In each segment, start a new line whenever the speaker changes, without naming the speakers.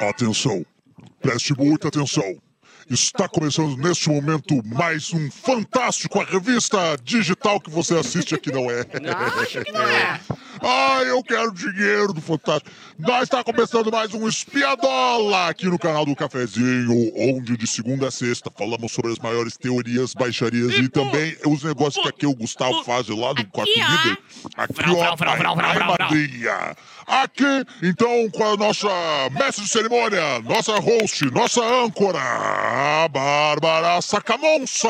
Atenção, preste muita atenção. Está começando neste momento mais um fantástico, a revista digital que você assiste aqui, não é?
Acho que não é.
Ah, eu quero dinheiro do Fantástico. Nós está começando mais um Espiadola aqui no canal do Cafezinho, onde de segunda a sexta falamos sobre as maiores teorias, baixarias e também os negócios que aqui o Gustavo faz lá do quarto
ó.
líder. Aqui,
Vrau,
ó,
vrau, vrau, vrau,
ai, ai,
vrau, vrau.
madrinha. Aqui, então, com a nossa mestre de cerimônia, nossa host, nossa âncora, a Bárbara Sacamonça.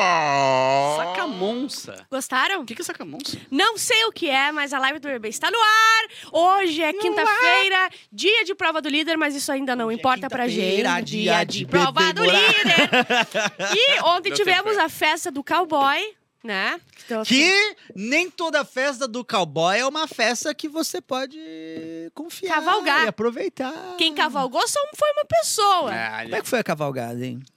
Sacamonça.
Gostaram?
O que que é sacamonça?
Não sei o que é, mas a live do Urbê está no ar! Hoje é quinta-feira, dia de prova do líder, mas isso ainda
é
não importa pra
quinta-feira,
gente.
dia de
prova do
bebedoura.
líder! E ontem
Não tem
tivemos
fé.
a festa do cowboy, né? Então,
Que nem toda festa do cowboy é uma festa que você pode confiar.
Cavalgar.
E aproveitar.
Quem cavalgou só um, foi uma pessoa.
Como é que foi a cavalgada, hein?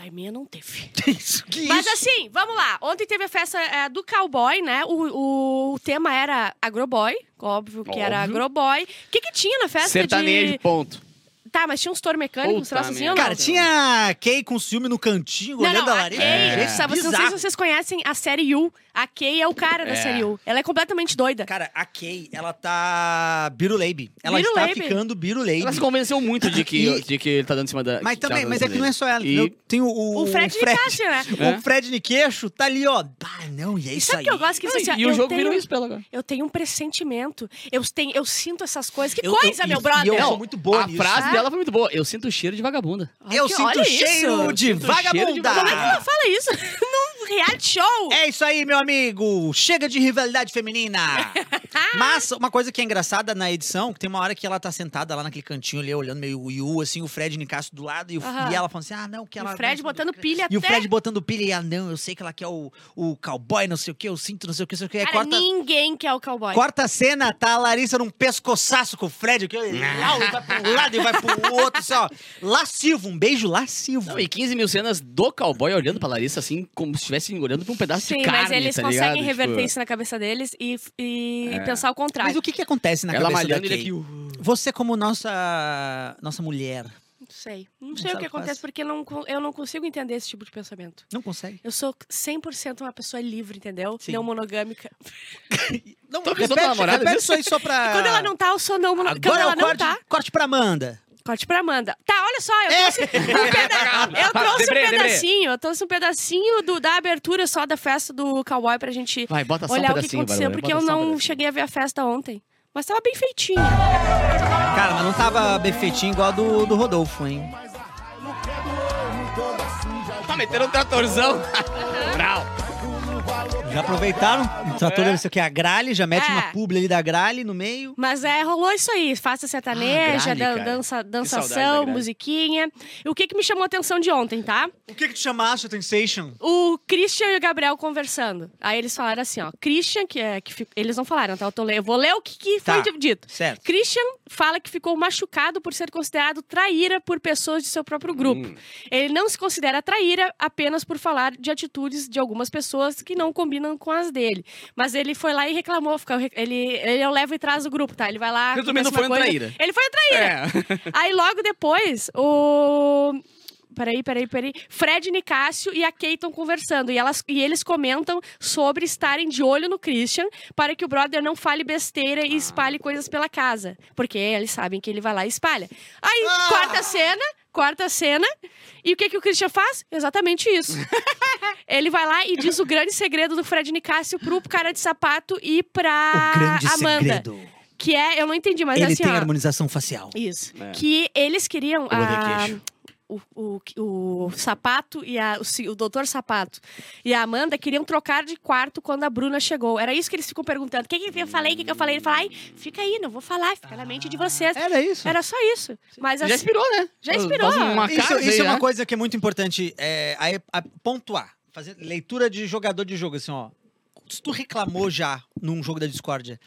Ai, minha não teve.
Isso, que
Mas assim, vamos lá. Ontem teve a festa é, do cowboy, né? O, o tema era agroboy. Óbvio que era
Óbvio.
agroboy. O que, que tinha na festa
Sertanejo,
de...
ponto.
Tá, mas tinha uns touro mecânicos,
Puta
será assim
merda.
ou não?
Cara, tinha um a Kay com ciúme no cantinho,
Não,
olhando
não,
a
a Kay,
lareira.
É.
gente, sabe, não sei se vocês conhecem a série Yu. A Kay é o cara da
É.
série Yu. Ela é completamente doida.
Cara, a Kay, ela tá biruleibe. Ela
Biruleibe.
está ficando biruleibe.
Ela se convenceu muito de que,
E-
de que ele tá dando em cima da.
Mas
que tá
também,
dando
mas
em
é
cima
que não é
dele.
só ela.
E-
entendeu? Tem o, o,
O Fred de Cássia, né?
né?
O Fred de queixo tá ali, ó. Ah, não, e é
E
isso
sabe o
aí.
que eu gosto? Que
Não,
diz assim,
e
ó,
o
eu
jogo
tenho,
virou isso pra ela agora.
Eu tenho um pressentimento. Eu, tenho, eu sinto essas coisas. Que
Eu- eu-
coisa, meu
e-
brother!
e eu
Não,
sou muito boa
A
nisso.
frase
Ah.
dela foi muito boa. Eu sinto o cheiro de vagabunda.
Ai,
Eu
que-
sinto
olha
o cheiro
isso.
de
sinto o cheiro de
vagabunda.
Como é que ela fala isso? Num reality show?
É isso aí, meu amigo! Chega de rivalidade feminina! Mas uma coisa que é engraçada na edição, que tem uma hora que ela tá sentada lá naquele cantinho ali, olhando meio Yu, assim, o Fred Nicasso do lado, e, o-
Aham.
e ela falando assim, ah, não, que
E
ela...
o Fred botando pilha
E o
até.
Fred botando pilha e ah, não, eu sei que ela quer o, o cowboy, não sei o quê, eu sinto não sei o quê, não sei o quê. Aí
Cara,
corta,
ninguém quer o cowboy.
corta a cena, tá a Larissa num pescoçaço com o Fred, que ele lau, e vai pra um lado e vai pro outro, assim, ó. Lascivo, um beijo lascivo.
Não, e 15 mil cenas do cowboy olhando pra Larissa assim, como se estivesse olhando pra um pedaço
Sim,
de carne.
mas eles
tá
conseguem
ligado?
reverter
Tipo, é.
isso na cabeça deles e, e pensar o contrário.
Mas o que que acontece na
Ela
cabeça
malhando
da
ele
Kay?
aqui. uh,
Você como nossa nossa mulher,
Não sei. Não, sei
sabe
o que
o que faz.
acontece, porque não co- eu não consigo entender esse tipo de pensamento.
não consegue?
Eu sou 100% uma pessoa livre, entendeu?
Sim.
Não monogâmica.
Não,
Tu avisou tua namorada
repete isso
disso?
aí só
Ah.
pra...
Quando ela não tá, eu sou não monogâmica. Quando
Agora
ela
é o
não
corte,
tá,
corte pra Amanda.
corte pra Amanda. Tá, olha só, eu
É.
trouxe um, peda- eu trouxe um
Debrei, debrei.
pedacinho. Eu trouxe um pedacinho do- da abertura só da festa do cowboy pra gente
Vai, bota só um
olhar o que
pedacinho,
aconteceu,
Bárbara,
porque eu
bota só um
não
pedacinho.
cheguei a ver a festa ontem. Mas tava bem feitinha.
Cara, mas não tava befeitinho igual a do, do Rodolfo, hein?
Tá metendo um tratorzão. Brau.
Já aproveitaram? Tá O trator deve ser o quê? A gralhe, já mete
É.
uma publi ali da gralhe no meio.
Mas é, rolou isso aí. Faça sertaneja,
Ah, gralhe,
dan-
cara.
dança,
saudade da
dançação,
gralhe.
musiquinha. E o que, que me chamou a atenção de ontem, tá?
O que que tu chamaste, Sensation?
o Christian e o Gabriel conversando. Aí eles falaram assim, ó. Christian, que é. Que fi- Eles não falaram, tá? Eu, tô le- eu vou ler o que, que foi
Tá.
di- dito.
Certo.
Christian fala que ficou machucado por ser considerado traíra por pessoas de seu próprio grupo.
Hum.
Ele não se considera traíra apenas por falar de atitudes de algumas pessoas que não combinam com as dele. Mas ele foi lá e reclamou. fica- Ele, ele é o leva e traz o grupo, tá? Ele vai lá.
Resumindo,
acontece uma
foi um
coisa-
traíra.
Ele foi um traíra.
É.
Aí logo depois, o. Peraí, peraí, peraí. Fred Nicásio e a Kay estão conversando. E, elas, e eles comentam sobre estarem de olho no Christian para que o brother não fale besteira e espalhe coisas pela casa. Porque eles sabem que ele vai lá e espalha. Aí,
Ah!
quarta cena, quarta cena. E o que, que o Christian faz? Exatamente isso. ele vai lá e diz o grande segredo do Fred Nicásio pro cara de sapato e pra
o grande
Amanda.
segredo.
Que é, eu não entendi, mas é
ele
assim,
tem
ó.
harmonização facial.
Isso.
É.
Que eles queriam
botei
a-
queixo.
o, o, o sapato e a- o, se- o doutor sapato e a Amanda queriam trocar de quarto quando a Bruna chegou. Era isso que eles ficam perguntando. O que, que eu falei? O que, que eu falei? Ele fala, ai, fica aí, não vou falar, fica na mente de vocês.
Era É isso.
Era só isso. Mas
Já
assim,
inspirou, né?
Já inspirou.
Faz uma
Isso,
casa
isso
aí,
é uma
né?
coisa que é muito importante é, a- a pontuar. Fazer leitura de jogador de jogo, assim, ó. Se tu reclamou já num jogo da discórdia,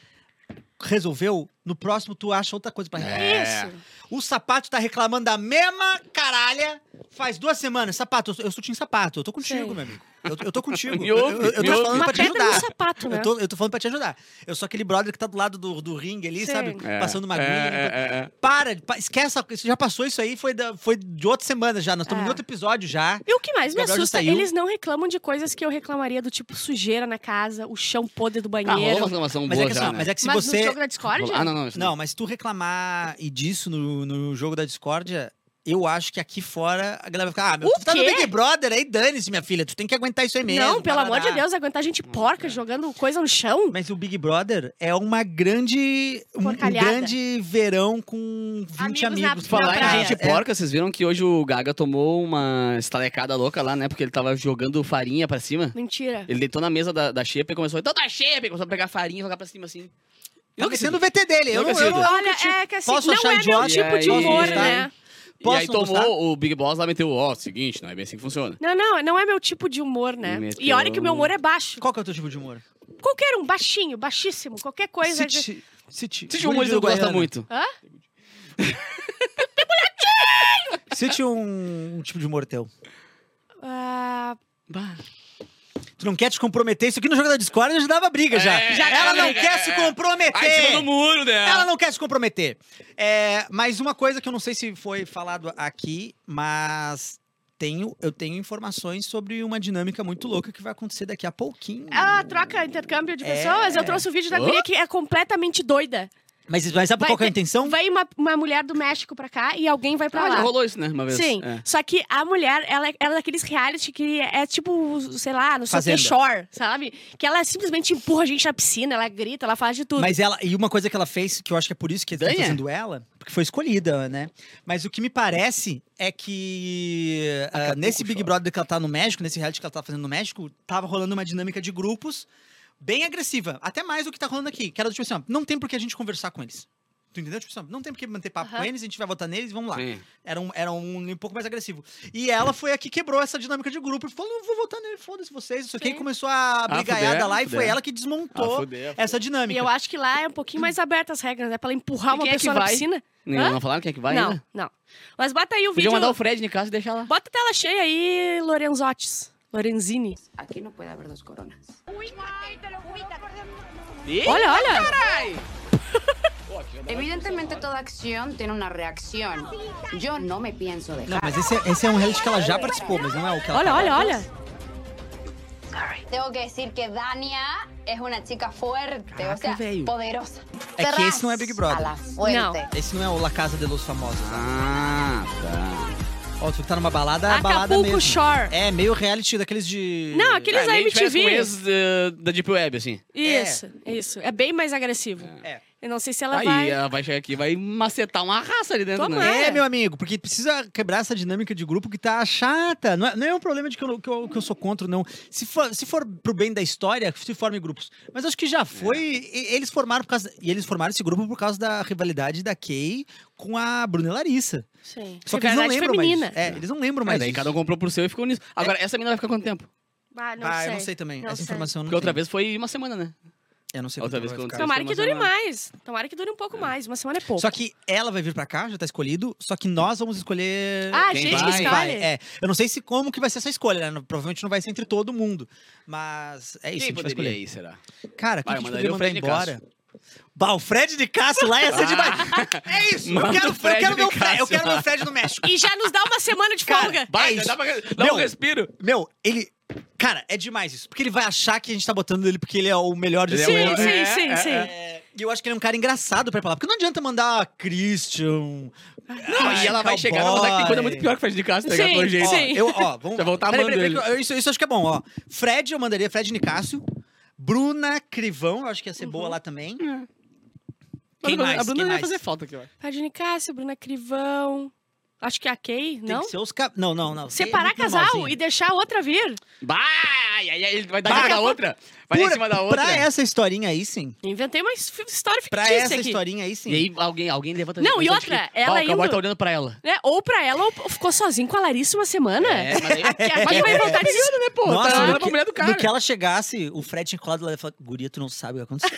resolveu, no próximo tu acha outra coisa pra reclamar.
É.
Isso.
O sapato tá reclamando da mesma caralha faz duas semanas. Sapato, eu sou- eu sou time sapato, eu tô contigo,
Sei.
meu amigo. Eu, eu tô contigo.
Me
Eu- eu-
ouve,
eu, tô
me ouve.
falando
Uma
pra te
pedra no
ajudar.
sapato, né?
Eu tô, eu tô falando pra te ajudar. Eu sou aquele brother que tá do lado do, do ringue ali,
Sim.
sabe?
É,
Passando uma né?
é,
aguinha. limpando-
é, é, é.
Para, pa- esquece, a- isso já passou isso aí, foi, da- foi de outra semana já. Nós estamos
É.
em outro episódio já.
E o que mais me
Gabriel já
assusta,
saiu.
eles não reclamam de coisas que eu reclamaria, do tipo sujeira na casa, o chão podre do
Ah, rolou uma
banheiro.
reclamação
Mas
boa
é que assim,
já,
ó,
né?
mas é que se
mas
você.
no jogo da Discord?
Ah, não, não. Isso
Não, mas se tu reclamar e disso no, no jogo da discórdia, eu acho que aqui fora a galera vai ficar, ah, meu,
O
tu tá no
quê?
Big Brother, aí dane-se, minha filha, tu tem que aguentar isso aí mesmo.
Não, pelo
parará."
amor de Deus, aguentar gente porca jogando coisa no chão.
Mas o Big Brother é uma grande. Um, um
Porcalhada.
grande verão com 20
Amigos na-
amigos.
Falar
Na
em gente
É,
porca, vocês viram que hoje o Gaga tomou uma estalecada louca lá, né? Porque ele tava jogando farinha pra cima.
Mentira.
Ele deitou na mesa da, da xepa e começou, então tá xepa! E começou a pegar farinha e jogar pra cima assim.
Tá
Nunca
sendo o
se-
VT dele. Eu, não,
Nunca
eu,
sido.
não- eu
Olha,
nunca tive-
é que assim,
posso
não
achar
é meu
idiota?
tipo de
E aí-
humor,
Tá.
né?
E
Posso
aí
não gostar?
tomou, o Big Boss lá meteu, ó, seguinte, não é bem assim que funciona.
Não, não, não é meu tipo de humor, né?
Meteu
E olha que o meu humor é baixo.
Qual que é o teu tipo de humor?
Qualquer um, baixinho, baixíssimo, qualquer coisa. de-
City. City.
Esse humor ele gosta muito.
Hã?
City um, um tipo de humor teu.
Ah,
Bah.
Tu não quer te comprometer. Isso aqui no jogo da Discord já dava briga já.
É,
já
já
ela
dava
não
briga,
quer
é,
se
é.
comprometer.
Ah, em cima do muro, né?
Ela não quer se comprometer. É, mas uma coisa que eu não sei se foi falado aqui, mas tenho, eu tenho informações sobre uma dinâmica muito louca que vai acontecer daqui a pouquinho.
ah, troca intercâmbio de
É.
pessoas. Eu trouxe o vídeo da
Hã?
guria que é completamente doida.
Mas, mas sabe
Vai
qual que é a
ter-
intenção?
Vai uma, uma mulher do México pra cá e alguém vai pra
Ah,
lá.
já rolou isso, né? Uma vez.
Sim,
É.
só que a mulher, ela, é- ela é daqueles reality que é tipo, sei lá, não sei o que,
Fazenda.
shore, sabe? Que ela simplesmente empurra a gente na piscina, ela grita, ela faz de tudo.
Mas ela. E uma coisa que ela fez, que eu acho que é por isso que eles estão
Ganha.
fazendo ela, porque foi escolhida, né? Mas o que me parece é que ah, nesse Big
chora.
Brother que ela tá no México, nesse reality que ela tá fazendo no México, tava rolando uma dinâmica de grupos bem agressiva. Até mais do que tá rolando aqui. Que era tipo assim, ó, não tem por que a gente conversar com eles. Tu entendeu? Tipo assim, ó, não tem por que manter papo com
Aham.
eles, a gente vai votar neles, vamos lá.
Sim.
Era um, era um, um pouco mais agressivo. E ela foi a que quebrou essa dinâmica de grupo e falou: não vou votar nele, foda-se vocês. Isso aqui
Sim. Ah,
e começou a brigaiada
fuder,
lá e
fuder.
foi ela que
Ah,
desmontou
fudeu.
essa
E
dinâmica.
eu acho que lá é um pouquinho mais aberta as regras, né? Pra ela empurrar
E
uma
quem é que
pessoa na
vai?
piscina.
Não,
Hã?
não falaram quem é que vai
não,
ainda?
não. Mas bota aí o
Podia
vídeo.
mandar o Fred em casa e deixar lá.
Bota a tela cheia aí, Lorenzotes. Lorenzini.
Aquí no puede haber dos coronas.
Olha, olha.
Evidentemente toda acción tiene una reacción. Yo no me pienso
Não,
dejar.
mas esse, é- esse é um reality que ela já participou, mas não é o que ela
Olha,
tá-
olha, olha.
Tengo que decir que Dania es una chica fuerte,
Ah,
o sea,
velho.
poderosa.
É que esse não é Big Brother.
A la fuerte.
Esse não é o La Casa de los Famosos. tá?
Ah, tá.
Ó, tu tá numa balada, é balada
Acapulco
mesmo.
Shore.
É, meio reality daqueles de...
Não, aqueles
Ah,
da
nem tivesse com
MTV.
ex, eh, da Deep Web, assim.
Isso, isso. É bem mais agressivo.
É.
Eu não sei se ela
Aí é.
vai.
ela vai chegar aqui e vai macetar uma raça ali dentro,
Tomara.
né?
É,
É.
meu amigo, porque precisa quebrar essa dinâmica de grupo que tá chata. Não é, não é um problema de que eu, não- que eu- que eu sou contra, não. Se for, se for pro bem da história, se formem grupos. Mas acho que já foi. e- eles formaram por causa. E eles formaram esse grupo por causa da rivalidade da Kay com a Bruna Larissa.
Sim.
Só que eles não
Verdade
lembram
feminina.
mais. É, eles não lembram mais.
Mas daí
disso.
cada um comprou por seu e ficou nisso. Agora, essa menina vai ficar quanto tempo?
Ah, não
ah,
sei.
eu não sei também.
Não
Essa
sei.
informação eu não
Porque outra
tenho.
vez foi uma semana, né?
Eu não sei
outra
quanto
vez
vai
que
ficar. assim.
Tomara
aconteceu.
que dure
Informação,
mais. Tomara que dure um pouco mais. Uma semana é pouco.
Só que ela vai vir pra cá, já tá escolhido. Só que nós vamos escolher.
Ah, a
Quem
gente que
vai,
escolhe.
vai. É, eu não sei se como que vai ser essa escolha, né? Provavelmente não vai ser entre todo mundo. Mas é isso, a
Quem
gente vai escolher.
poderia ir, será?
Cara, quem
Ah, eu
que a gente poderia
mandaria o
mandar
Fred de
embora? Bah, o Fred de Castro lá ia ser demais. É isso, eu
Manda
quero,
o
eu
Fred
quero ver o
de
Fred, eu
Cássio
quero ver o
lá.
Fred no México.
E já nos dá uma semana de
Cara,
folga.
Vai,
isso.
dá, pra... dá
Meu.
um respiro.
Meu, ele... Cara, é demais isso. Porque ele vai achar que a gente tá botando ele porque ele é o melhor de
Ele é
si.
o
Sim,
melhor.
sim,
É,
sim,
é,
sim.
É, E eu acho que ele é um cara engraçado pra ir pra lá. Porque não adianta mandar Christian... ah,
Não, e ela vai chegar e vai falar que tem coisa muito pior que faz de casa, tá ligado?
Sim,
Pelo jeito.
Ó,
sim.
eu, ó, vamos...
Já voltar
Peraí,
amando
peraí, peraí, que eu- isso, isso eu acho que é bom, ó. Fred, eu mandaria Fred Nicásio. Bruna Crivão, eu acho que ia ser boa lá também. Quem
Mas
mais?
A
Quem
Bruna não vai
mais?
fazer falta aqui, eu acho.
Padine Cássio, Bruna Crivão. Acho que é a Kay,
Tem
não?
que ser os... Ca... Não, não, não.
Separar casal e deixar a outra vir.
Vai! Aí ele vai dar em
Bah.
cima da outra. Vai dar em cima da outra.
Pra essa historinha aí, sim.
Inventei uma his- história
Pra
fictícia
essa
aqui.
historinha aí, sim.
E aí alguém, alguém levanta a
Não, e
gente pra
outra,
gente que-
ela
Bah, O cowboy
indo-
tá olhando pra ela.
Né? Ou pra ela, ou ficou sozinho com a Larissa uma semana.
É, mas aí-
Que agora vai voltar de
né, pô?
Nossa,
tá
do
olhando pra
que,
mulher do cara.
do que ela chegasse, o Fred tinha colado lá e falou, guria, tu não sabe o que aconteceu.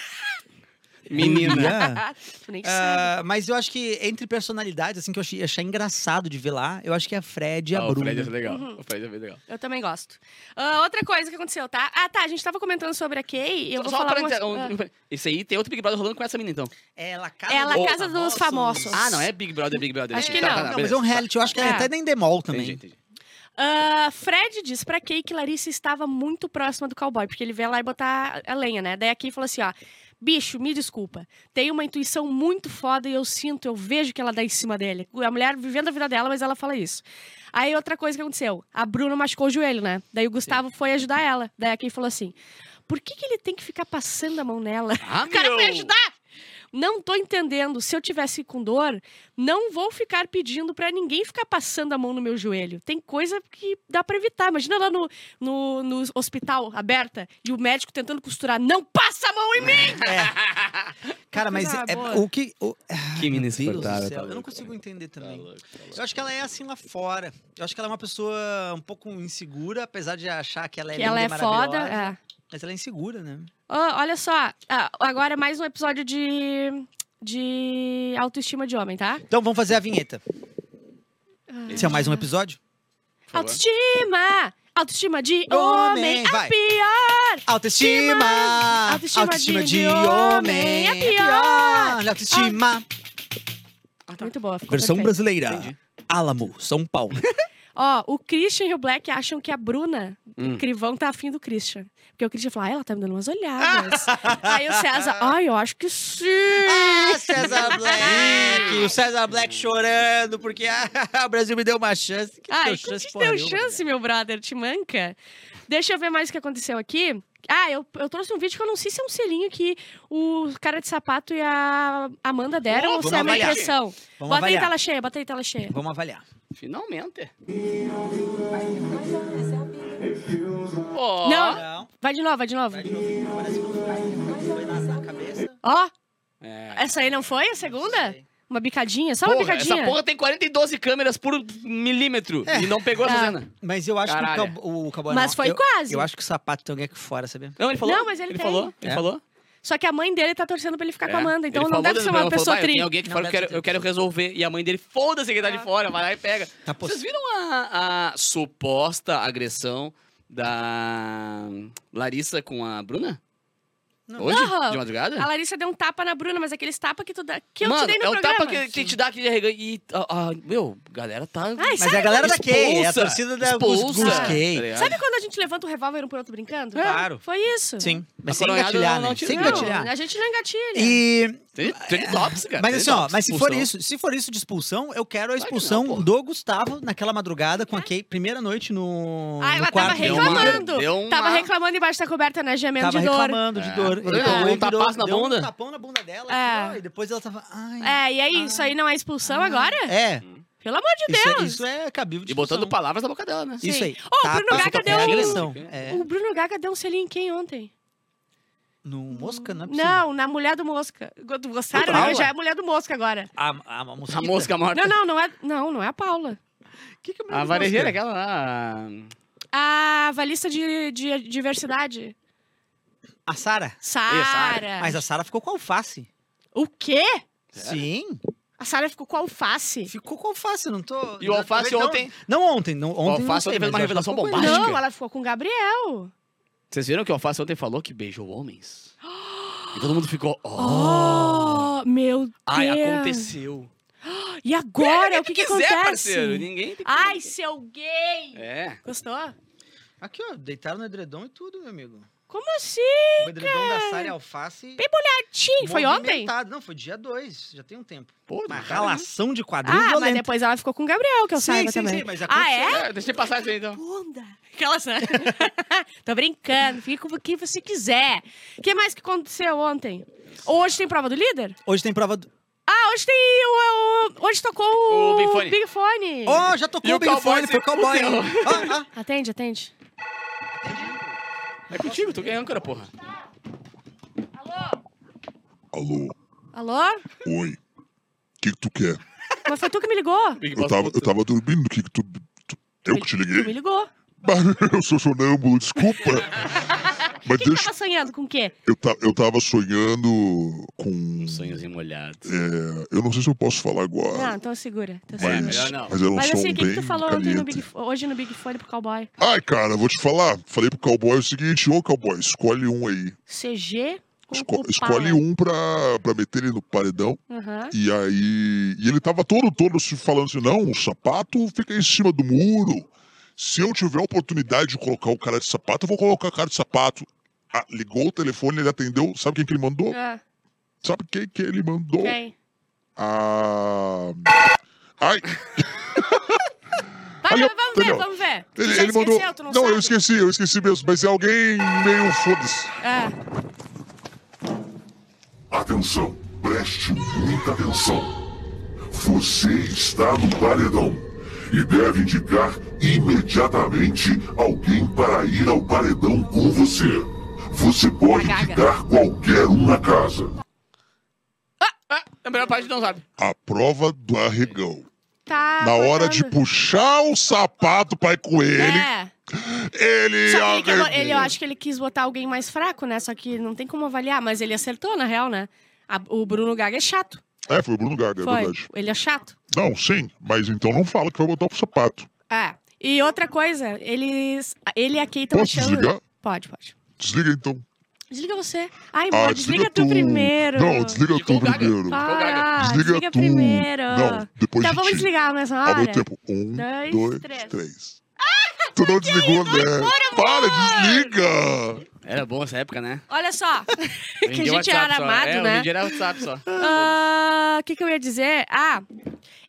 Menina.
Yeah.
tu nem sabe.
Ah, mas eu acho que entre personalidades, assim, que eu achei, achei engraçado de ver lá, eu acho que é a Fred e a
Ah, o
Bruna.
Fred é legal. O Fred é bem legal.
Eu também gosto. Ah, outra coisa que aconteceu, tá? Ah, tá. A gente tava comentando sobre a Kay. e Eu
Só-
vou
só um
falar é.
parênteses,
umas- Ah.
um- um- Esse aí tem outro Big Brother rolando com essa menina, então.
Ela, casa,
Ela,
dos
Casa dos Famosos.
Ah, não, é Big Brother, Big Brother.
Acho que
Tá,
não.
tá,
Não, mas
beleza.
é um reality, eu acho que é
É.
até da Endemol também.
Entendi, entendi.
Ah, Fred diz pra Kay que Larissa estava muito próxima do cowboy, porque ele veio lá e botar a lenha, né? Daí a Kay falou assim, ó... Bicho, me desculpa. Tem uma intuição muito foda e eu sinto, eu vejo que ela dá em cima dele. A mulher vivendo a vida dela, mas ela fala isso. Aí outra coisa que aconteceu. A Bruna machucou o joelho, né? Daí o Gustavo foi ajudar ela. Daí a Kay falou assim... Por que, que ele tem que ficar passando a mão nela?
Ah,
o cara
meu!
foi ajudar! Não tô entendendo. Se eu tivesse com dor, não vou ficar pedindo pra ninguém ficar passando a mão no meu joelho. Tem coisa que dá pra evitar. Imagina lá no, no, no hospital aberta e o médico tentando costurar. Não passa a mão em mim!
Cara, mas
Coisa
é-
boa.
o que. o-
Que
Meu
menina
Deus do
insuportável,
céu,
tá
eu não
louco.
consigo entender também.
Tá louco, tá louco.
Eu acho que ela é assim lá fora. Eu acho que ela é uma pessoa um pouco insegura, apesar de achar que ela é
Que
linda
ela
e
é foda.
maravilhosa.
é.
Mas ela é insegura, né?
Ah, olha só, ah, agora mais um episódio de, de autoestima de homem, tá?
Então vamos fazer a vinheta. Esse é mais um episódio?
Por favor.
Autoestima! Autoestima de
Homem,
homem, é
vai.
a pior!
Autoestima!
Autoestima de- de homem é pior.
Autoestima!
Muito boa, ficou
Versão
perfeito.
brasileira. Álamo, São Paulo.
Ó, o Christian e o Black acham que a Bruna
Hum.
Crivão tá afim do Christian. Porque o Christian fala, ah, ela tá me dando umas olhadas. Aí o César, ai, eu acho que sim.
Ah, César Black! o César Black chorando porque ah, o Brasil me deu uma chance. Que
Ai,
deu
como
chance,
te
porra
deu
nenhuma,
chance, meu brother, te manca. Deixa eu ver mais o que aconteceu aqui. Ah, eu, eu trouxe um vídeo que eu não sei se é um selinho que o cara de sapato e a Amanda deram ou
Vamos
se é uma
avaliar.
impressão.
Vamos
bota aí
avaliar.
tela cheia, bota aí tela cheia.
Vamos avaliar.
Finalmente. Ó.
Não,
Não.
vai de novo, vai de novo.
Vai de novo. Parece que foi na, na cabeça.
Ó,
É.
essa aí não foi a segunda? Uma bicadinha, só uma
Porra,
bicadinha.
essa porra tem 42 câmeras por milímetro e não pegou essa
Ah.
cena.
Mas eu acho
Caralho.
que o cabo- o cowboy
Mas
não-
foi
eu-
quase.
Eu acho que o sapato tem alguém aqui fora, sabia?
Não, ele falou.
Não, mas ele tem.
falou. Ele
É.
falou.
Só que a mãe dele tá torcendo pra ele ficar com a Amanda, então
É.
não
Ele falou
deve
dentro
ser
do
uma
programa,
pessoa
falou, "Bah, eu
tri.
tenho alguém aqui
Não
fora, eu
deve
quero,
ser Ah.
eu quero resolver. E a mãe dele, foda-se que ele tá de fora, vai lá e pega.
Tá poss-
Vocês viram a, a suposta agressão da Larissa com a Bruna?
Não.
Hoje?
Aham.
De madrugada?
A Larissa deu um tapa na Bruna, mas aqueles tapa que tu dá. Que eu
Mano,
te dei no
é o
programa. Ah,
tapa que, que te dá aquele arreganho. E, ah, ah, meu, galera tá.
Ai,
Mas é a galera da Kay, é a
Expulsa.
torcida da Gus,
Expulsa.
Gus
Tá
Kay.
ligado?
Sabe quando a gente levanta o revólver um pro outro brincando?
É. Claro.
Foi isso.
Sim, mas
A
sem
coronhada
gatilhar,
não- não
né?
te-
Sem
Não,
gatilhar.
a gente não engatilha.
E,
Tem,
É.
tem tops, cara.
mas
tem
assim, ó,
tops,
mas se for
expulsão.
isso, se for isso de expulsão, eu quero a
Claro que não,
expulsão
porra.
do Gustavo naquela madrugada com a Kay, primeira noite no,
Ah,
no
ela tava
quarto.
deu uma-
reclamando.
deu uma-
Tava reclamando embaixo da coberta, né? Gemendo
Tava
de dor.
reclamando de dor. Então,
É. Ah, um
ele virou-
tapaço na
deu
bunda.
Um tapão na bunda dela. assim,
É.
ó, E depois ela tava. Ai,
É, e aí, isso aí não é expulsão
Ah.
agora?
é.
Pelo amor de
Isso, é,
Deus.
isso é cabível de
E botando
expulsão.
palavras na boca dela, né?
Isso
Sim.
aí.
Ô, o Bruno
Tapa,
Gaga
tapa,
deu um-
agressão. É.
O Bruno Gaga deu um selinho em quem ontem?
No mosca, não é possível.
Não, na mulher do Mosca. Quando Gostaram?
Paula?
né? Já é a mulher do Mosca agora.
A, a, a mosquita.
A mosca morta.
Não, não, não é, não, não é a Paula.
Que que é
A
mosca?
varejeira, aquela lá.
A valista de, de diversidade.
A Sara.
Sara.
Mas a Sara ficou com alface.
O quê?
É.
Sim.
A Sara ficou com alface?
Ficou com alface, não tô.
E o Alface
Talvez não-
ontem-
Não ontem, não ontem. não
Alface
sei, mas
ontem fez uma
eu acho
revelação
que ficou com
bombástica.
ele.
Não, ela ficou com o Gabriel.
Vocês viram que o Alface ontem falou que beijou homens? E todo mundo ficou, oh,
Oh, meu Deus.
ai, aconteceu.
E agora?
É,
o que, que
quiser,
acontece?
parceiro. Ninguém tem que...
Ai, seu gay.
É.
Gostou?
Aqui, ó, deitaram no edredom e tudo, meu amigo.
Como assim?
O edredom da Sara e a alface.
Tim, foi ontem?
movimentado. Não, foi dia 2, já tem um tempo.
Pô,
Uma
cara, né?
relação de quadril
Ah, mas
violenta.
depois ela ficou com o Gabriel, que eu
Sim,
saiba
sim,
também.
sim, mas
ah,
aconteceu.
é?
É, deixa eu passar isso aí, então.
Bunda. Aquelas, né? Tô brincando. Fica com o que você quiser. O que mais que aconteceu ontem? Hoje tem prova do líder?
Hoje tem prova do...
Ah, hoje tem o... o- hoje tocou o...
O Big Fone.
Big Fone.
Oh, já tocou
E
o
o
Big
cowboy
Fone,
se
foi o cowboy.
fudeu.
Ah, ah.
Atende, atende.
É contigo, tu ganhando, cara, porra.
Alô,
Alô?
oi. O que, que tu quer?
Mas foi tu que me ligou?
Big
Eu
Boss
tava, eu
puto.
tava dormindo, o que, que tu, tu- Eu que
Tu
te
me
liguei?
ligou.
Eu sou sonâmbulo, desculpa. Mas
Quem
deixa-
tava sonhando com o quê?
Eu, ta- eu tava sonhando com.
Um sonhozinho molhado.
é, eu não sei se eu posso falar
Não,
agora.
então segura. Então
É,
segura.
mas,
melhor não.
mas era um
Mas
som
assim, o que,
bem
que tu falou ontem no
caliente.
Big, hoje no Big Fone pro cowboy?
Ai, cara, vou te falar. Falei pro cowboy o seguinte: ô cowboy, escolhe um aí.
CG ou
Esco-
Copala?
escolhe um pra, pra meter ele no paredão.
Aham.
E aí. E ele tava todo, todo se falando assim: não, o sapato fica em cima do muro. Se eu tiver a oportunidade de colocar o cara de sapato, eu vou colocar o cara de sapato. Ah, ligou o telefone, ele atendeu. Sabe quem que ele mandou?
Ah,
Sabe quem que ele mandou?
quem?
A.
Vai,
Ai, Ali,
vai,
ó,
vamos ver,
entendeu?
vamos ver. Tu
ele,
já
ele mandou.
esqueceu, tu não,
eu
sabe?
esqueci, eu esqueci mesmo, mas é alguém meio foda-se.
Ah, É.
Atenção, preste muita atenção. Você está no paredão e deve indicar imediatamente alguém para ir ao paredão com você. Você pode
Gaga.
indicar qualquer um na casa.
Ah, a melhor parte não sabe.
A prova do arregão.
tá.
Na hora de
botando.
puxar o sapato pra ir com ele, é
É.
ele.
Só que ele, quer bo-
arregou.
ele- eu acho que ele quis botar alguém mais fraco, né? Só que não tem como avaliar, mas ele acertou, na real, né? A- o Bruno Gaga é chato.
É, foi o Bruno Gaga, é
Foi.
verdade.
Ele é chato.
Não, sim, mas então não fala que vai botar pro sapato.
É. E outra coisa, eles. Ele e a Kate estão
Posso
achando.
desligar?
Pode, pode.
Desliga então.
Desliga você. Ai,
Ah,
amor, desliga, tu primeiro.
Não, desliga
Desliga
tu
o Gaga.
primeiro.
Ô,
Ah,
Gaga,
desliga,
desliga tu.
primeiro.
Não, depois
Tá,
de
vamos
ti.
desligar mesmo
Ao
hora?
meu tempo. Um,
Dois,
dois,
três. Ah,
três. Tu não desligou, né? Para, desliga!
Era bom essa época, né?
Olha só. que a
Vendia
gente era
WhatsApp só.
amado,
é, eu
né?
vendia era WhatsApp só.
Ah, O que, que eu ia dizer? Ah,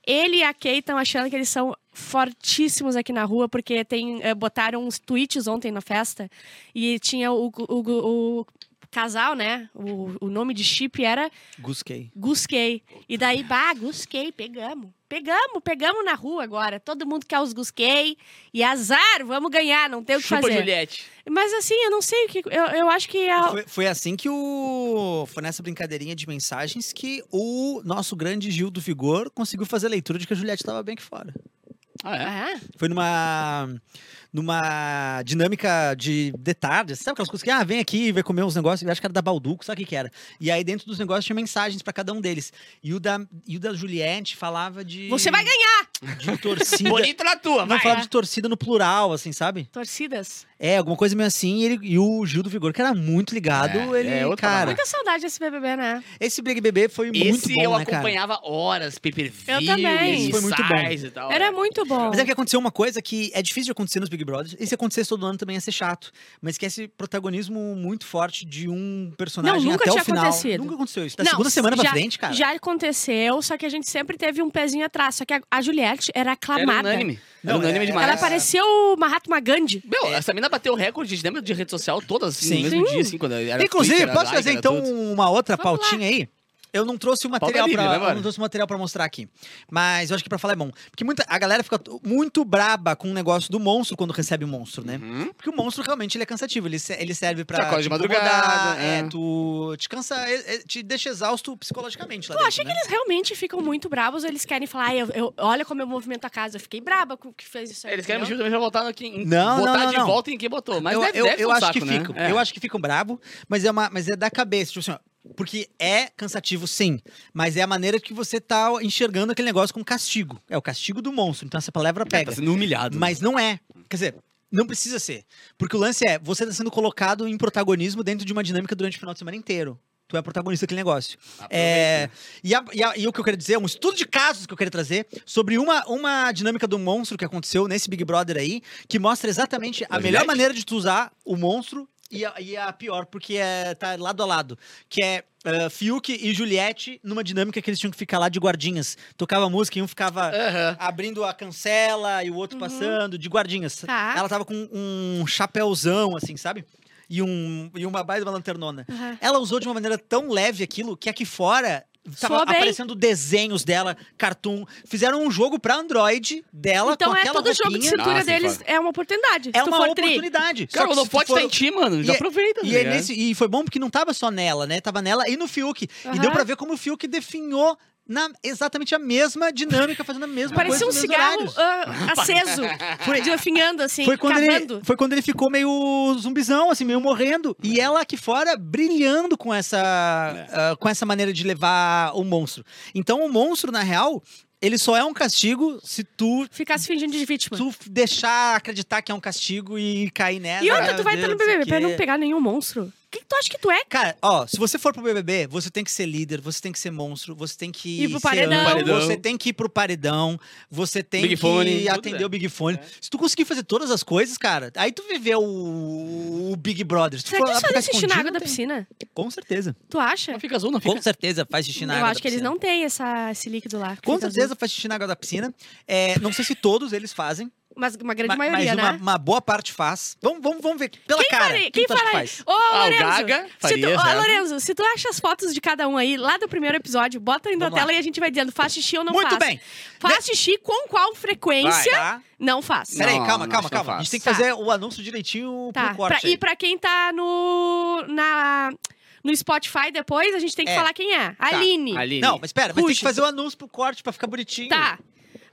ele e a Kay estão achando que eles são fortíssimos aqui na rua, porque tem, eh, botaram uns tweets ontem na festa e tinha o, o- o casal, né? O, o nome de chip era
Gusquei.
Gusquei. E daí, bah, Gusquei, pegamos. Pegamos, pegamos na rua agora. Todo mundo quer os Gusquei. E azar, vamos ganhar, não tem o que
Chupa
fazer.
Juliette.
Mas assim, eu não sei o que. Eu, eu acho que. é a-
Foi, foi assim que o. Foi nessa brincadeirinha de mensagens que o nosso grande Gil do Vigor conseguiu fazer a leitura de que a Juliette estava bem aqui fora.
Ah, é?
Ah,
Foi numa. numa dinâmica de detalhes. Sabe aquelas coisas que, ah, vem aqui, vai comer uns negócios. Eu acho que era da Balduco, sabe o que, que era? E aí dentro dos negócios tinha mensagens pra cada um deles. E o da, e o da Juliette falava de.
você vai ganhar!
De torcida.
Bonito na tua,
Não,
vai. né?
falava de torcida no plural, assim, sabe?
Torcidas.
É, alguma coisa meio assim. E, ele, e o Gil do Vigor, que era muito ligado,
É,
ele,
é, outra
cara...
parada.
Muita saudade desse BBB, né?
Esse Big BB foi muito
Esse
bom,
eu
né, cara?
acompanhava horas, pay per view,
Eu também.
e
Isso foi muito bom.
size e tal.
Era muito bom.
Mas é que aconteceu uma coisa que é difícil de acontecer nos Big Brothers, e se acontecesse todo ano também ia ser chato. Mas que é esse protagonismo muito forte de um personagem
Não, nunca
até
tinha
o final.
acontecido.
Nunca aconteceu isso. Da
Não,
segunda semana pra
já-
frente, cara.
Já aconteceu, só que a gente sempre teve um pezinho atrás. Só que a, a Juliette era
Era
aclamada.
unânime. Era
Não,
unânime
é-
demais.
Ela
Mas-
parecia o Mahatma Gandhi.
Meu, essa mina bateu recorde, lembra de rede social todas assim,
Sim.
no mesmo
Sim.
dia, assim, quando era
Inclusive,
Twitter, era
posso
like,
fazer
era
então
tudo.
uma outra
Vamos
pautinha aí? Eu não trouxe o
pauta
material
livre, né,
para
Mário?
não trouxe o material para mostrar aqui. Mas eu acho que pra falar é bom, porque muita a galera fica muito braba com o negócio do monstro quando recebe o monstro, né?
Uhum.
Porque o monstro realmente ele é cansativo, ele, se- ele serve pra.
Tu acorda de
te
madrugada,
incomodar, é.
é.
tu te cansa, é- é- te deixa exausto psicologicamente lá
Eu
dentro,
achei que
né?
eles realmente ficam muito bravos, eles querem falar, "Ai, eu, eu- olha como eu movimento a casa, eu fiquei braba com o que fez isso aí.
É, Eles querem
entendeu?
mexer também já voltar aqui. em-
Não,
botar
não, não,
de
não.
volta em quem botou. Mas
eu,
deve,
eu,
deve ser
eu
um
acho
saco,
que
né?
ficam.
É.
Eu acho que ficam bravo, mas é, uma, mas é da cabeça, tipo assim, ó, porque é cansativo, sim, mas é a maneira que você tá enxergando aquele negócio como castigo. É o castigo do monstro, então essa palavra
É,
pega.
tá sendo humilhado.
Mas não é. Quer dizer, não precisa ser. Porque o lance é, você tá sendo colocado em protagonismo dentro de uma dinâmica durante o final de semana inteiro. Tu é protagonista daquele negócio. É, e, a- e a- e o que eu quero dizer, um estudo de casos que eu quero trazer sobre uma, uma dinâmica do monstro que aconteceu nesse Big Brother aí, que mostra exatamente a
Da
melhor
Juliette?
maneira de tu usar o monstro e a, e a pior, porque é, tá lado a lado. Que é ah, Fiuk e Juliette numa dinâmica que eles tinham que ficar lá de guardinhas. Tocava música e um ficava
Aham.
abrindo a cancela e o outro passando, de guardinhas.
Uhum. Tá.
Ela tava com um chapéuzão, assim, sabe? E, um, e uma baita de uma lanternona.
Aham.
Ela usou de uma maneira tão leve aquilo que aqui fora tava
Soa bem.
aparecendo desenhos dela, cartoon. Fizeram um jogo pra Android dela
Então
com
é
aquela
todo jogo de
roupinha. Ah,
cintura
Nossa,
deles, é uma oportunidade.
É
se tu
uma
for tri.
oportunidade. Só
Cara,
que
o
se tu
holofote
for-
tá em ti, mano. Já
E-
aproveita, tá
e, é
ligado?
nesse- né? e foi bom porque não tava só nela, né? Tava nela e no Fiuk. E
Aham.
deu pra ver como o Fiuk definhou na exatamente a mesma dinâmica, fazendo a mesma
Parecia um
coisa. nos mesmos
cigarro
horários.
ah, aceso,
Foi-
de afinhando, assim,
Foi quando,
cavando.
ele, foi quando ele ficou meio zumbizão, assim, meio morrendo. E ela aqui fora brilhando com essa, ah, com essa maneira de levar o monstro. Então, o monstro, na real, ele só é um castigo se tu,
Ficasse fingindo de vítima.
tu deixar acreditar que é um castigo e cair nessa.
E outra,
ah,
tu vai
meu
entrar no
Deus, sei
BBB pra
o quê.
não pegar nenhum monstro. O que que tu acha que tu é?
Cara, ó, se você for pro BBB, você tem que ser líder, você tem que ser monstro, você tem que
Ir pro
ser
paredão.
anjo,
Paredão.
você tem que ir pro paredão, você tem
Big
que
Fone, tudo
atender
é.
o Big Fone. Se tu conseguir fazer todas as coisas, cara, aí tu viveu o, o Big Brother. Se tu
Será que
for
eles
lá
fazem
ficar
xixi na água
Tipo, escondido,
da
tem-
piscina?
Com certeza.
Tu acha?
Não fica azul, não fica?
Com certeza faz xixi na
Eu
água
acho
da
que eles
piscina.
não têm essa, esse líquido lá. que
Com
fica azul.
certeza faz xixi na água da piscina. É, não sei se todos eles fazem,
Mas uma
ma-
grande
mas,
maioria,
uma,
né?
uma boa parte faz. Vamos, vamos, vamos ver pela
Quem
cara.
faria-
quem
quem
tu acha que
faria?
faz?
Ô,
Ah, o
Lorenzo,
Gaga
se tu,
faria,
ô,
né?
certo?
Lorenzo, se tu acha as fotos de cada um aí, lá do primeiro episódio, bota aí na
Vamos lá.
tela e a gente vai dizendo, faz xixi ou não
Muito
faz.
bem.
Faz xixi com qual frequência?
Tá?
Não faz.
Não,
Peraí, calma,
não,
calma,
acho que é eu
calma. A gente
faço.
tem que
Tá.
fazer o anúncio direitinho
Tá.
pro corte.
pra-
aí.
e pra quem tá no, na, no Spotify depois, a gente tem que
É.
falar quem é. Aline.
Aline.
Não, mas espera, mas tem que
Puxa.
fazer o anúncio pro corte pra ficar bonitinho.
Tá.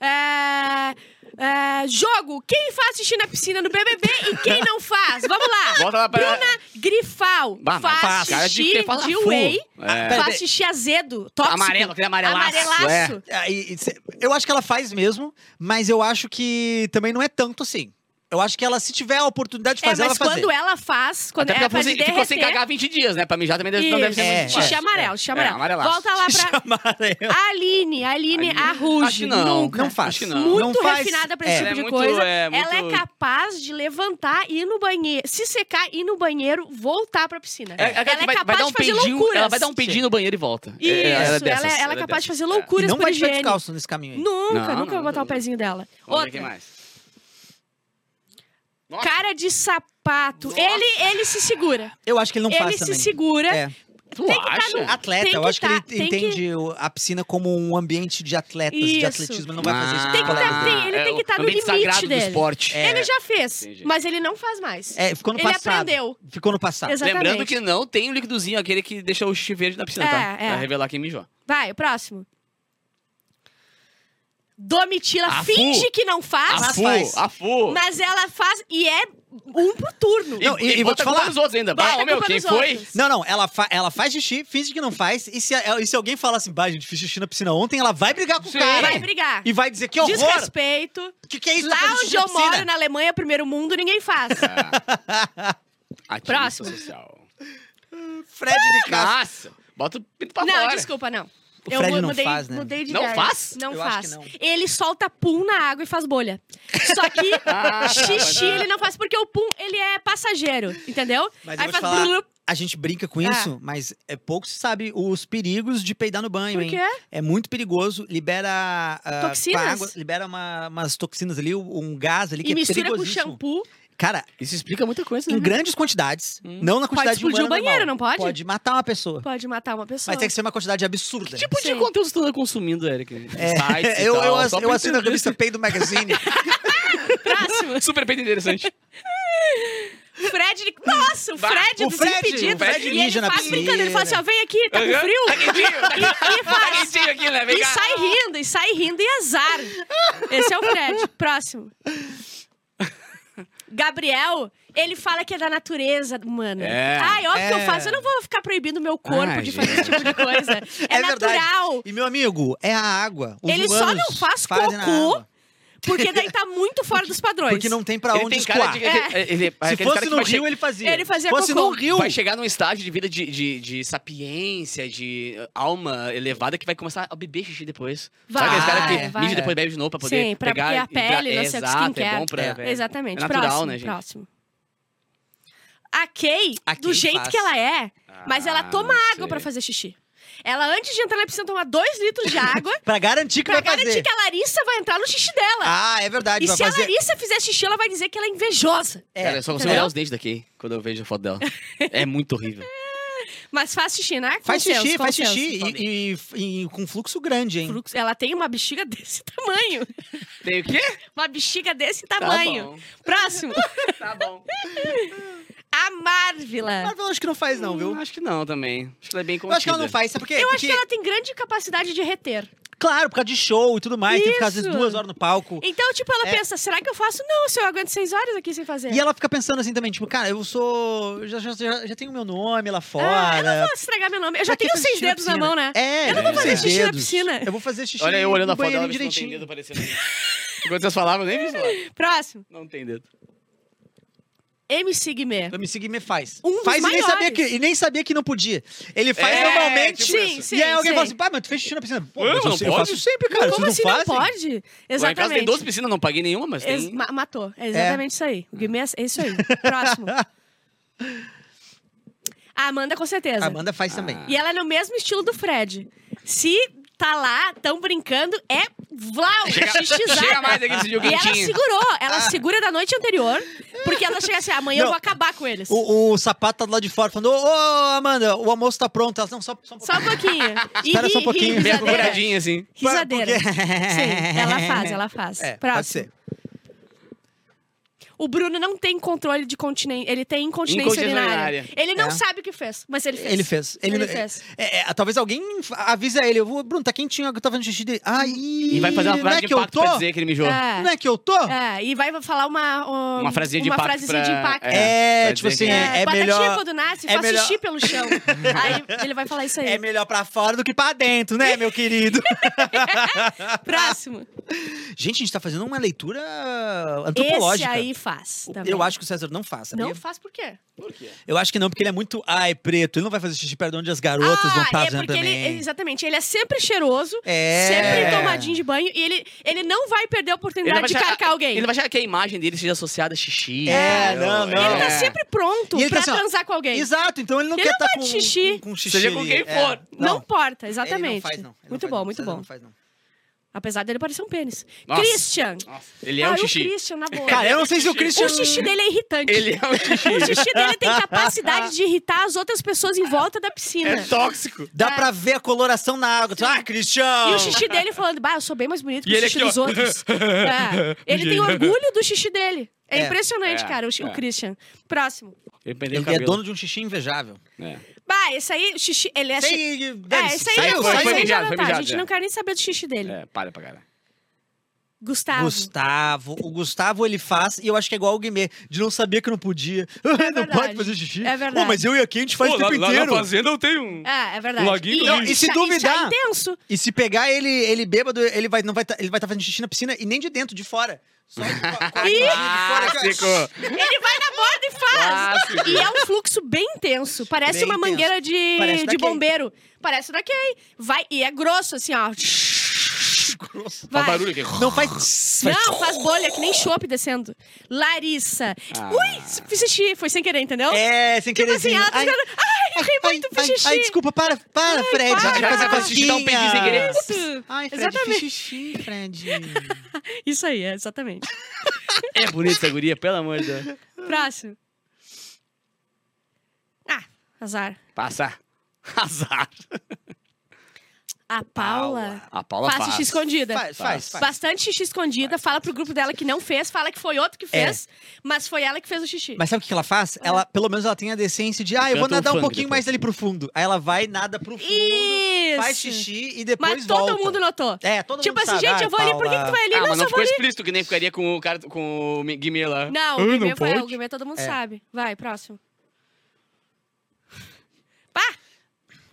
É, é, jogo, quem faz xixi na piscina no BBB e quem não faz? Vamos lá.
Volta lá pra...
Bruna Grifal
Bah, mas
faz
cara de
xixi
quer falar
de
full.
whey,
É.
Pera,
faz
de-
xixi azedo, tóxico.
Amarelo, aquele amarelaço. É.
Amarelaço.
Ah, e- e cê- Eu acho que ela faz mesmo, mas eu acho que também não é tanto assim. Eu acho que ela, se tiver a oportunidade de
É,
fazer, ela
mas
vai fazer.
quando ela faz, quando
Até porque
ela
ela
faz
ficou
de
sem- ficou sem
derreter...
cagar 20 dias, né? Pra mijar também deve,
Isso.
não deve ser
É,
muito
xixi
difícil.
amarelo, xixi
É,
amarelo.
amarelaço.
Volta lá pra
Amarelo.
Aline, Aline,
Aline, acho
Arruge.
que não.
Nunca.
Não faz.
Acho que não.
Muito
Não faz.
refinada pra
É.
esse
Ela
tipo
é
de
muito-
coisa.
é, muito-
Ela é capaz de levantar, ir no banheiro, se secar, ir no banheiro, voltar pra piscina.
É, é aquela
Ela
que
é
vai, vai
capaz
dar um
de fazer
peidinho,
loucuras.
Ela vai dar um peidinho no banheiro e volta.
Isso,
É,
ela,
dessas,
ela é capaz de
dessas.
fazer
E
loucuras
não
por
vai tiver
higiene.
descalço nesse caminho aí.
Nunca,
Não,
nunca
não,
vou botar
não.
o pezinho dela.
É. Vamos ver quem
Outra,
mais.
cara de sapato.
Nossa.
Ele, ele se segura.
Eu acho que ele não
ele
faz
se
também.
segura.
É.
Tu
Tem que tá
acha?
Atleta,
Tem
eu
que
acho que
tá-
ele
tem que-
entende o- a piscina como um ambiente de atletas, de
Isso.
atletismo. Ele não vai fazer isso. com
Tem que
os colegas
tá-
dele.
tem- ele
é
tem que tá
o
no
ambiente
limite
sagrado
dele. É,
do esporte.
Ele já fez,
é. Entendi.
mas ele não faz mais.
É, ficou no
ele
passado.
aprendeu.
Ficou no passado.
Exatamente.
Lembrando que não tem o líquidozinho aquele que deixa o xixi verde na piscina, tá?
É, é.
Pra revelar quem mijou.
Vai, o próximo. Domitila
A Fu.
finge que não faz,
A
Mas
Fu,
faz.
a Fu.
mas ela faz e é um por turno.
Não, e- e vou
bota
te
a culpa
falar.
nos outros ainda.
Bota
Ah,
a
ô, meu,
culpa
quem
nos
foi?
outros.
Não, não, ela, fa- ela faz xixi, finge que não faz. E se, a- e se alguém fala assim, bah, gente, fiz xixi na piscina ontem, ela vai brigar com
Sim.
o cara.
Vai brigar.
E vai dizer que horror!
Desrespeito.
Que que é isso?
Lá
tá fazendo xixi
onde
na
eu
piscina?
moro, na Alemanha, primeiro mundo, ninguém faz.
Ativista
Próximo.
social.
Fred de Castro.
Nossa, bota o pinto pra
não,
fora.
desculpa, não.
O Fred
mu-
não
mudei,
faz, né?
mudei de
Não
ideia.
faz?
Não
Eu acho
faz.
que não.
Ele solta pum na água e faz bolha. Só que
Ah,
xixi ele não faz, porque o pum, ele é passageiro, entendeu?
Mas eu
Aí
vou te
faz...
falar,
blub,
a gente brinca com isso, mas é pouco se sabe os perigos de peidar no banho,
Por
hein?
quê?
É muito perigoso, libera... ah, com a
Toxinas?
água, libera uma- umas toxinas ali, um gás ali que
E
é
mistura com
perigosíssimo.
shampoo.
Cara,
Isso explica muita coisa,
Uhum.
né?
em grandes quantidades, não na
Hum. Pode
quantidade
explodir o
humana
banheiro,
normal,
não pode?
Pode matar uma pessoa.
Pode matar uma pessoa.
Mas tem que ser uma quantidade absurda.
Que tipo de
Sim.
conteúdo você tá consumindo, Eric? É,
eu, eu, ass- eu assino a revista Peido Magazine.
Próximo.
Super bem interessante.
Fred, ele- nossa, o
Bah,
Fred
o
dos
Fred,
impedidos.
o Fred
e
mija
ele
na
faz
piscina.
brincando, ele fala assim, ó, vem aqui, tá com
Aham. Tá
frio?
quentinho, tá
E, e
tá
faz.
quentinho aqui, né? Vem
E
cá.
sai rindo, e sai rindo, e azar. Esse é o Fred. Próximo. Gabriel, ele fala que é da natureza humana.
É.
Ai, óbvio que eu
É. Ah,
faço. Eu não vou ficar proibindo meu corpo
Ai,
de fazer
gente.
esse tipo de coisa. É,
verdade.
natural.
E meu amigo, é a água. Os
Ele só
humanos
não faz
fazem na
cocô.
água.
Porque daí tá muito fora dos padrões.
Porque não tem pra
Ele
onde
tem cara
escoar.
de... Ele, ele,
Se
aquele cara
fosse
que
no
vai
Rio,
che-
ele fazia.
Ele fazia
Se fosse
É. cocô.
no Rio...
Vai chegar num estágio de vida de, de, de sapiência, de eh, alma elevada, que vai começar a beber xixi depois.
Vai,
Sabe aqueles caras que
é, vai.
mija e depois bebe de novo pra poder
Sim, pra
pegar...
porque a
e dra-
pele, não sei o que,
Exato, é
skincare.
bom pra...
É.
Exatamente.
É natural,
próximo,
né, gente?
próximo. A Kay,
A
do
Kay
jeito
faz.
que ela é, mas ela
Ah,
toma
não
água
sei.
pra fazer xixi. Ela, antes de entrar na piscina, toma dois litros de água
Pra garantir que
pra
vai
garantir
fazer.
que a Larissa vai entrar no xixi dela.
Ah, é verdade.
e
vai
se
fazer...
a Larissa fizer xixi, ela vai dizer que ela é invejosa.
É,
Cara, eu só consigo
entendeu?
olhar os dentes daqui quando eu vejo a foto dela. é muito horrível.
Mas faz xixi, né?
Faz
Consenso,
xixi, faz
consenso.
xixi. e- E, e com fluxo grande, hein?
Fluxo- Ela tem uma bexiga desse tamanho.
Tem o quê?
Uma bexiga desse
Tá
tamanho.
bom.
Próximo.
Tá bom.
A Mar Marvila.
Marvel acho que não faz, não, viu?
Hum, Acho que não também. Acho que ela é bem
Eu
contida.
acho que ela não faz, sabe por quê?
Eu acho
Porque-
que ela tem grande capacidade de reter.
Claro, por causa de show e tudo mais. Tem que ficar às vezes
Isso.
duas horas no palco.
Então, tipo, ela
É.
pensa, será que eu faço? Não, se eu aguento seis horas aqui sem fazer.
E ela fica pensando assim também, tipo, cara, eu sou. Já, já, já, já tenho meu nome lá
Ah, eu não
fora.
vou estragar meu nome. Eu já
Pra que
tenho
fazer
seis
xixi na
dedos na
piscina?
mão, né?
É,
Eu não vou
é.
fazer xixi na
Dedos.
piscina.
Eu vou fazer xixi
Olha eu olhando a
no
foto dela,
banheirinho
vê se não tem dedo
direitinho.
aparecendo. ali. Enquanto vocês falavam, eu nem vi falar.
É.
Próximo.
Não tem dedo.
MC Guimê.
Então me seguir me faz.
Um dos
faz e nem,
maiores.
sabia que, e nem sabia que não podia. Ele faz
É,
normalmente.
tipo
Sim,
isso.
sim,
e aí alguém
sim.
fala assim, pá, mas tu fez xixi na piscina. Pô, mas
Eu não
eu, eu
pode?
faço sempre, cara.
Como
Vocês
assim
não
não,
fazem?
pode?
Lá em casa tem
Exatamente.
12 piscinas, não paguei nenhuma, mas
Ex-
tem.
ma- matou. É exatamente isso aí. O Guimê é isso aí. Próximo. A Amanda, com certeza.
A Amanda faz também.
Ah.
E ela é no mesmo estilo do Fred. Se tá lá, tão brincando, é vlau, xixizada.
chega mais aqui, decidiu
E ela
quentinha.
segurou, ela
Ah.
segura da noite anterior, porque ela chega assim, amanhã eu
Não.
vou acabar com eles.
O, o sapato tá do lado de fora falando, ô, ô, Amanda, o almoço tá pronto. Elas não, só, só um
Só um pouquinho. E
Espera só um
ri-
pouquinho.
ri-
Bem
risadeira.
acuradinha, assim.
Risadeira.
Porque-
Sim, ela faz, ela faz.
É,
um Próximo.
pode ser.
O Bruno não tem controle de continência. Ele tem incontinência
Incontinência
urinária.
urinária.
Ele não
É.
sabe o que fez, mas ele fez.
Ele fez. Ele,
Ele fez.
É, é, talvez alguém f- avisa ele. Eu vou, Bruno, tá quentinho, eu tava no xixi dele. Ai,
E vai fazer uma
não
frase
é
de
que eu
impacto
tô?
pra dizer que ele mijou.
É.
Não é que eu tô?
É, e vai falar uma... um-
Uma frasezinha de
uma
impacto
frasezinha
pra-
de impacto.
É,
pra
tipo
dizer
assim,
que-
é,
batatinha
melhor.
quando nasce,
é
faz
melhor-
xixi pelo chão. Aí ele vai falar isso aí.
É melhor pra fora do que pra dentro, né, meu querido?
Próximo.
gente, a gente tá fazendo uma leitura
Esse
antropológica.
aí faz também.
Eu acho que o César não faz, sabia?
Não faz por quê?
Por quê?
Eu acho que não, porque ele é muito. Ai, preto. Ele não vai fazer xixi perto de onde as garotas vão estar
ah, é
fazendo
porque
também.
ele... Exatamente. Ele é sempre cheiroso,
É.
sempre tomadinho de banho, e ele, ele não vai perder a oportunidade de
achar-
carcar alguém.
Ele vai achar que a imagem dele seja associada a xixi.
É,
entendeu?
não, não.
Ele tá
É.
sempre pronto
E ele
pra
tá assim, ó,
transar com alguém.
Exato, então ele não
Ele
quer
não
estar
vai
com,
de xixi.
com, com xixi.
Seja com
ali. é.
quem for.
Não importa,
Ele
exatamente.
não faz, não. Ele não
muito
faz,
bom,
não.
muito
César
bom.
Não faz, não.
Apesar dele parecer um pênis.
Nossa.
Christian!
Nossa, ele é
Ah,
um
o
xixi. é um
Christian, na boa.
Cara, eu não sei se o Christian.
O xixi dele é irritante.
Ele é um xixi.
O xixi dele tem capacidade de irritar as outras pessoas em volta da piscina.
É tóxico.
Dá pra ver a coloração na água. Tu- Ah, Cristian!
E o xixi dele falando, bah, eu sou bem mais bonito que
E
o
ele
xixi
aqui, ó.
dos outros. É. Ele tem orgulho do xixi dele. É,
É.
impressionante,
É.
cara, o, chi- o
É.
Christian. Próximo.
Ele perdeu o
Ele é
cabelo.
dono de um xixi invejável.
É.
Bah, esse aí, o xixi, ele é... chi-
Sei,
É,
dane-se.
esse aí,
Saiu,
eu-
foi-
esse
foi
aí já
mijado,
não
foi
tá. A
mijado,
gente
já.
não quer nem saber do xixi dele.
É, para pra cara.
Gustavo.
Gustavo. O Gustavo, ele faz, e eu acho que é igual o Guimê, de não saber que não podia. não
verdade.
pode fazer xixi.
É verdade.
Pô, mas eu e aqui a gente faz o tempo inteiro.
fazenda eu tenho um...
É, é verdade.
Laguinho
E,
do
e,
Rio. E se
cha-
duvidar-
E chá é intenso.
E se pegar ele, ele bêbado, ele vai não vai tá, ele vai estar fazendo xixi na piscina e nem de dentro, de fora. Só de, fora, com a mãozinha de fora. aqui, ó.
Clássico.
Ele vai na borda e faz.
Clássico.
E é um fluxo bem intenso. Parece
Ah, Bem
uma
intenso.
mangueira de,
Parece da
de
Kay.
bombeiro. Parece da Kay. Vai, e é grosso, assim, ó.
Faz
Vai.
barulho aqui.
Não faz. faz-
Não, faz bolha, que nem chopp descendo. Larissa.
Ah.
Ui, fiz xixi. Foi sem querer, entendeu?
É, sem
Tipo
querer.
assim, ela tá
Ai,
ficando... Ai, eu ri
ai,
muito,
ai,
fiz xixi.
ai, desculpa, para, para, Fred.
para.
Vai fazer
Já faz
xixi, dá um peidinho sem querer.
Isso.
Ai, Fred,
Exatamente.
fiz xixi, Fred.
Isso aí, é, exatamente.
É bonita essa guria, pelo amor de Deus.
Próximo. Ah, azar.
Passar. Azar.
A Paula...
A Paula faz.
xixi escondida.
Faz, faz, faz.
Bastante xixi escondida. Fala pro grupo dela que não fez, fala que foi outro que fez, mas foi ela que fez o xixi.
Mas sabe o que ela faz?
Ah.
Ela, pelo menos ela tem a decência de, ah, eu vou
Canta um
nadar um
funk
pouquinho
depois.
mais ali pro fundo. Aí ela vai, nada pro fundo,
Isso.
faz xixi e depois
Mas
volta.
todo mundo notou.
É, todo
tipo
mundo
assim,
sabe.
gente,
Ai,
eu vou ali, por que, que tu
Paula.
vai ali?
Ah,
não,
mas
só
não
vou
ficou
ali.
explícito que nem ficaria com o cara, com o Guimê lá.
Não,
Ah,
o Guimê foi,
pode?
o Guimê todo mundo
É.
sabe. Vai, próximo.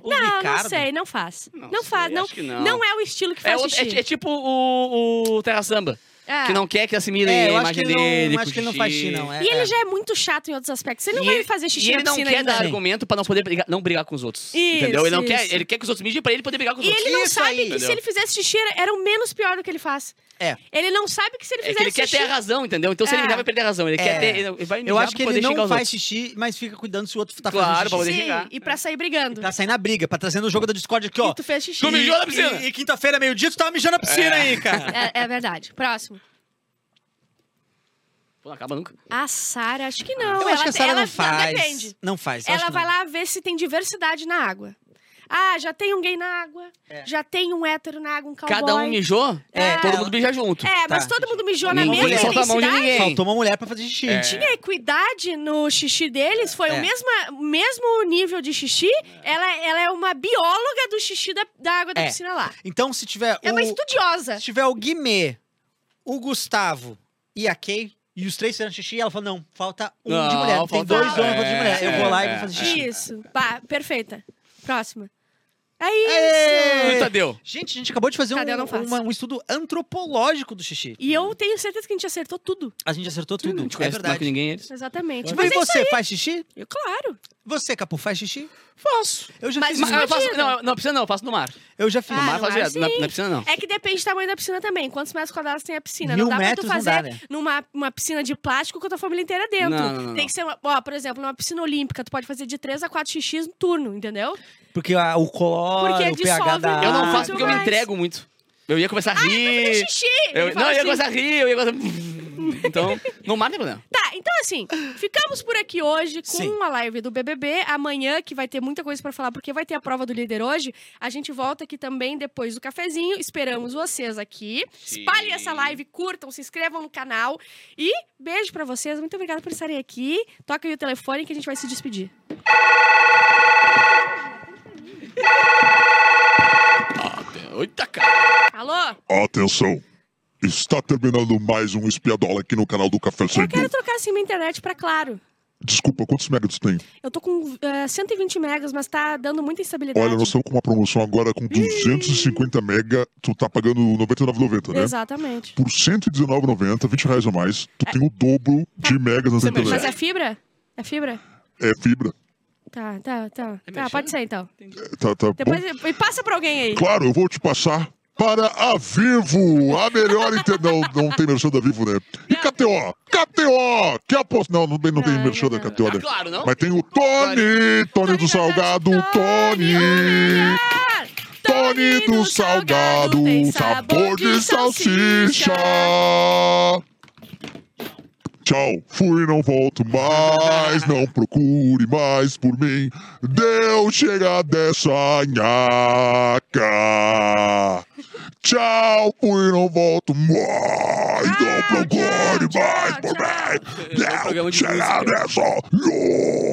O
não, não
Ricardo-
sei, não faz. Não,
Não sei,
faz, não,
acho que não.
é o estilo que
É,
faz
outro-
xixi.
é- é tipo o, o Terra Samba,
É.
que não quer que assimilem
É, eu
a
acho que
imagem
ele
dele.
não,
com
acho que ele não faz xixi, não. É,
E ele
é.
já é muito chato em outros aspectos. Ele não vai
ele-
fazer xixi
e
na
ele não
piscina
quer
ainda. né?
dar argumento pra não poder brigar, não brigar com os outros.
Isso,
entendeu? Ele não
isso.
quer, ele quer que os outros mijem pra ele poder brigar com os
E
outros.
ele não
Isso
sabe
aí,
que se
entendeu?
ele fizesse xixi era- era o menos pior do que ele faz.
É.
Ele não sabe que se ele
É
fizesse
que ele quer
xixi...
ter a razão, entendeu? Então se
É.
ele mijar, vai perder a razão. Ele
É.
quer ter. Ele vai
Eu
mijar
acho
pra
que
poder
ele
xingar
não
os
faz
outros.
xixi, mas fica cuidando se o outro tá
Claro,
fazendo
pra poder
xixi.
Sim,
xingar.
e pra sair brigando.
Pra sair na briga, pra trazer no jogo da Discord aqui, ó.
E tu fez xixi.
Tu mijou na piscina.
E, e quinta-feira, meio-dia, tu tava mijando na piscina aí, cara.
É, é verdade. Próximo.
Pô, não acaba nunca.
A Sara, acho que não.
Eu
ela,
acho que a Sara
ela-
não faz.
Depende.
Não faz. eu acho
Ela
que
vai
não.
lá ver se tem diversidade na água. Ah, já tem um gay na água, já tem um hétero na água, um cowboy.
Cada um mijou,
É.
todo mundo mija junto.
É, mas
Tá.
todo mundo mijou na
Ninguém
mesma
solta a mão de
intensidade.
ninguém.
Faltou uma mulher pra fazer xixi.
É.
Tinha equidade no xixi deles, foi
É.
o mesma- o mesmo nível de xixi. Ela, ela é uma bióloga do xixi da, da água da
É.
piscina lá.
Então, se tiver
É uma
o...
estudiosa.
Se tiver o Guimê, o Gustavo e a Kay, e os três fizeram xixi, ela falou: não, falta um de
Não,
mulher. Tem
falta
dois
um.
homens falta de
É,
mulher. Eu
é,
vou lá e
é,
vou fazer
é.
xixi.
Isso. Pá, perfeita. Próxima. É isso.
Aê!
E o Tadeu?
Gente, a gente acabou de fazer um,
Cadê? Eu não faço.
uma- um estudo antropológico do xixi.
E eu tenho certeza que a gente acertou tudo.
A gente acertou tudo.
Tipo, Não te
é
conhece mais que
verdade.
ninguém eles.
Exatamente.
e
Mas é isso
você faz xixi?
aí. Claro.
Você, Capu, faz xixi?
Faço.
Eu já
Mas-
fiz.
Mas, eu faço,
Imagina.
não, não, piscina não, eu faço no mar.
Eu já fiz.
No
Ah,
mar eu
no
faço
mar,
direto, na,
sim.
na piscina não.
É que depende do tamanho da piscina também. Quantos metros quadrados tem a piscina?
Mil
não dá pra tu
metros não
fazer
dá, né?
numa uma piscina de plástico com a tua família inteira dentro.
Não, não, não,
Tem
não.
que ser, uma, ó, por exemplo, numa piscina olímpica, tu pode fazer de 3 a 4 xixis no turno, entendeu?
Porque a- o cloro,
Porque
o pH
dissolve
da...
Ah,
eu não
muito
faço porque eu me
mais.
entrego muito. Eu ia começar a rir.
Xixi! então
eu,
Ele
não,
fala
eu ia
assim.
começar a rir, eu ia começar. Então, no mar não tem problema.
Tá, então assim, ficamos por aqui hoje com
Sim.
a live do BBB. Amanhã, que vai ter muita coisa pra falar, porque vai ter a prova do líder hoje. A gente volta aqui também depois do cafezinho. Esperamos vocês aqui. Espalhem essa live, curtam, se inscrevam no canal. E beijo pra vocês. Muito obrigada por estarem aqui. Toca aí o telefone que a gente vai se despedir.
Eita, cara.
Alô?
Atenção! Está terminando mais um Espiadola aqui no canal do Café
Eu
Sem
quero trocar assim minha internet pra claro.
Desculpa, quantos megas tem?
Eu tô com eh, 120 megas, mas tá dando muita instabilidade.
Olha, nós estamos com uma promoção agora com 250 mega, tu tá pagando 99,90, né?
Exatamente.
Por 119,90, 20 reais a mais, tu tem o dobro de megas na tua
Mas
Mas
internet.
é fibra? É fibra?
É fibra.
Tá, tá, tá. tá,
É merchan?
pode ser então.
Tá, tá bom?
Depois e passa pra alguém aí.
Claro, eu vou te passar para a Vivo, a melhor internet. Não, não tem merchan da Vivo, né? E KTO, KTO, que aposta. Não, não, tem- não tem
Não,
merchan
não,
da KTO, né?
Ah, claro, não?
Mas tem o Tony, Tony do Salgado, Tony. Tony do Salgado, um sabor de salsicha. Tchau, fui, não volto mais, não procure mais por mim. Deus chega dessa nhaca. Tchau, fui, não volto mais, não
Tchau,
procure
tchau,
mais
tchau,
por
tchau.
mim.
É um programa
Deus
de
chega
música.
dessa nhaca.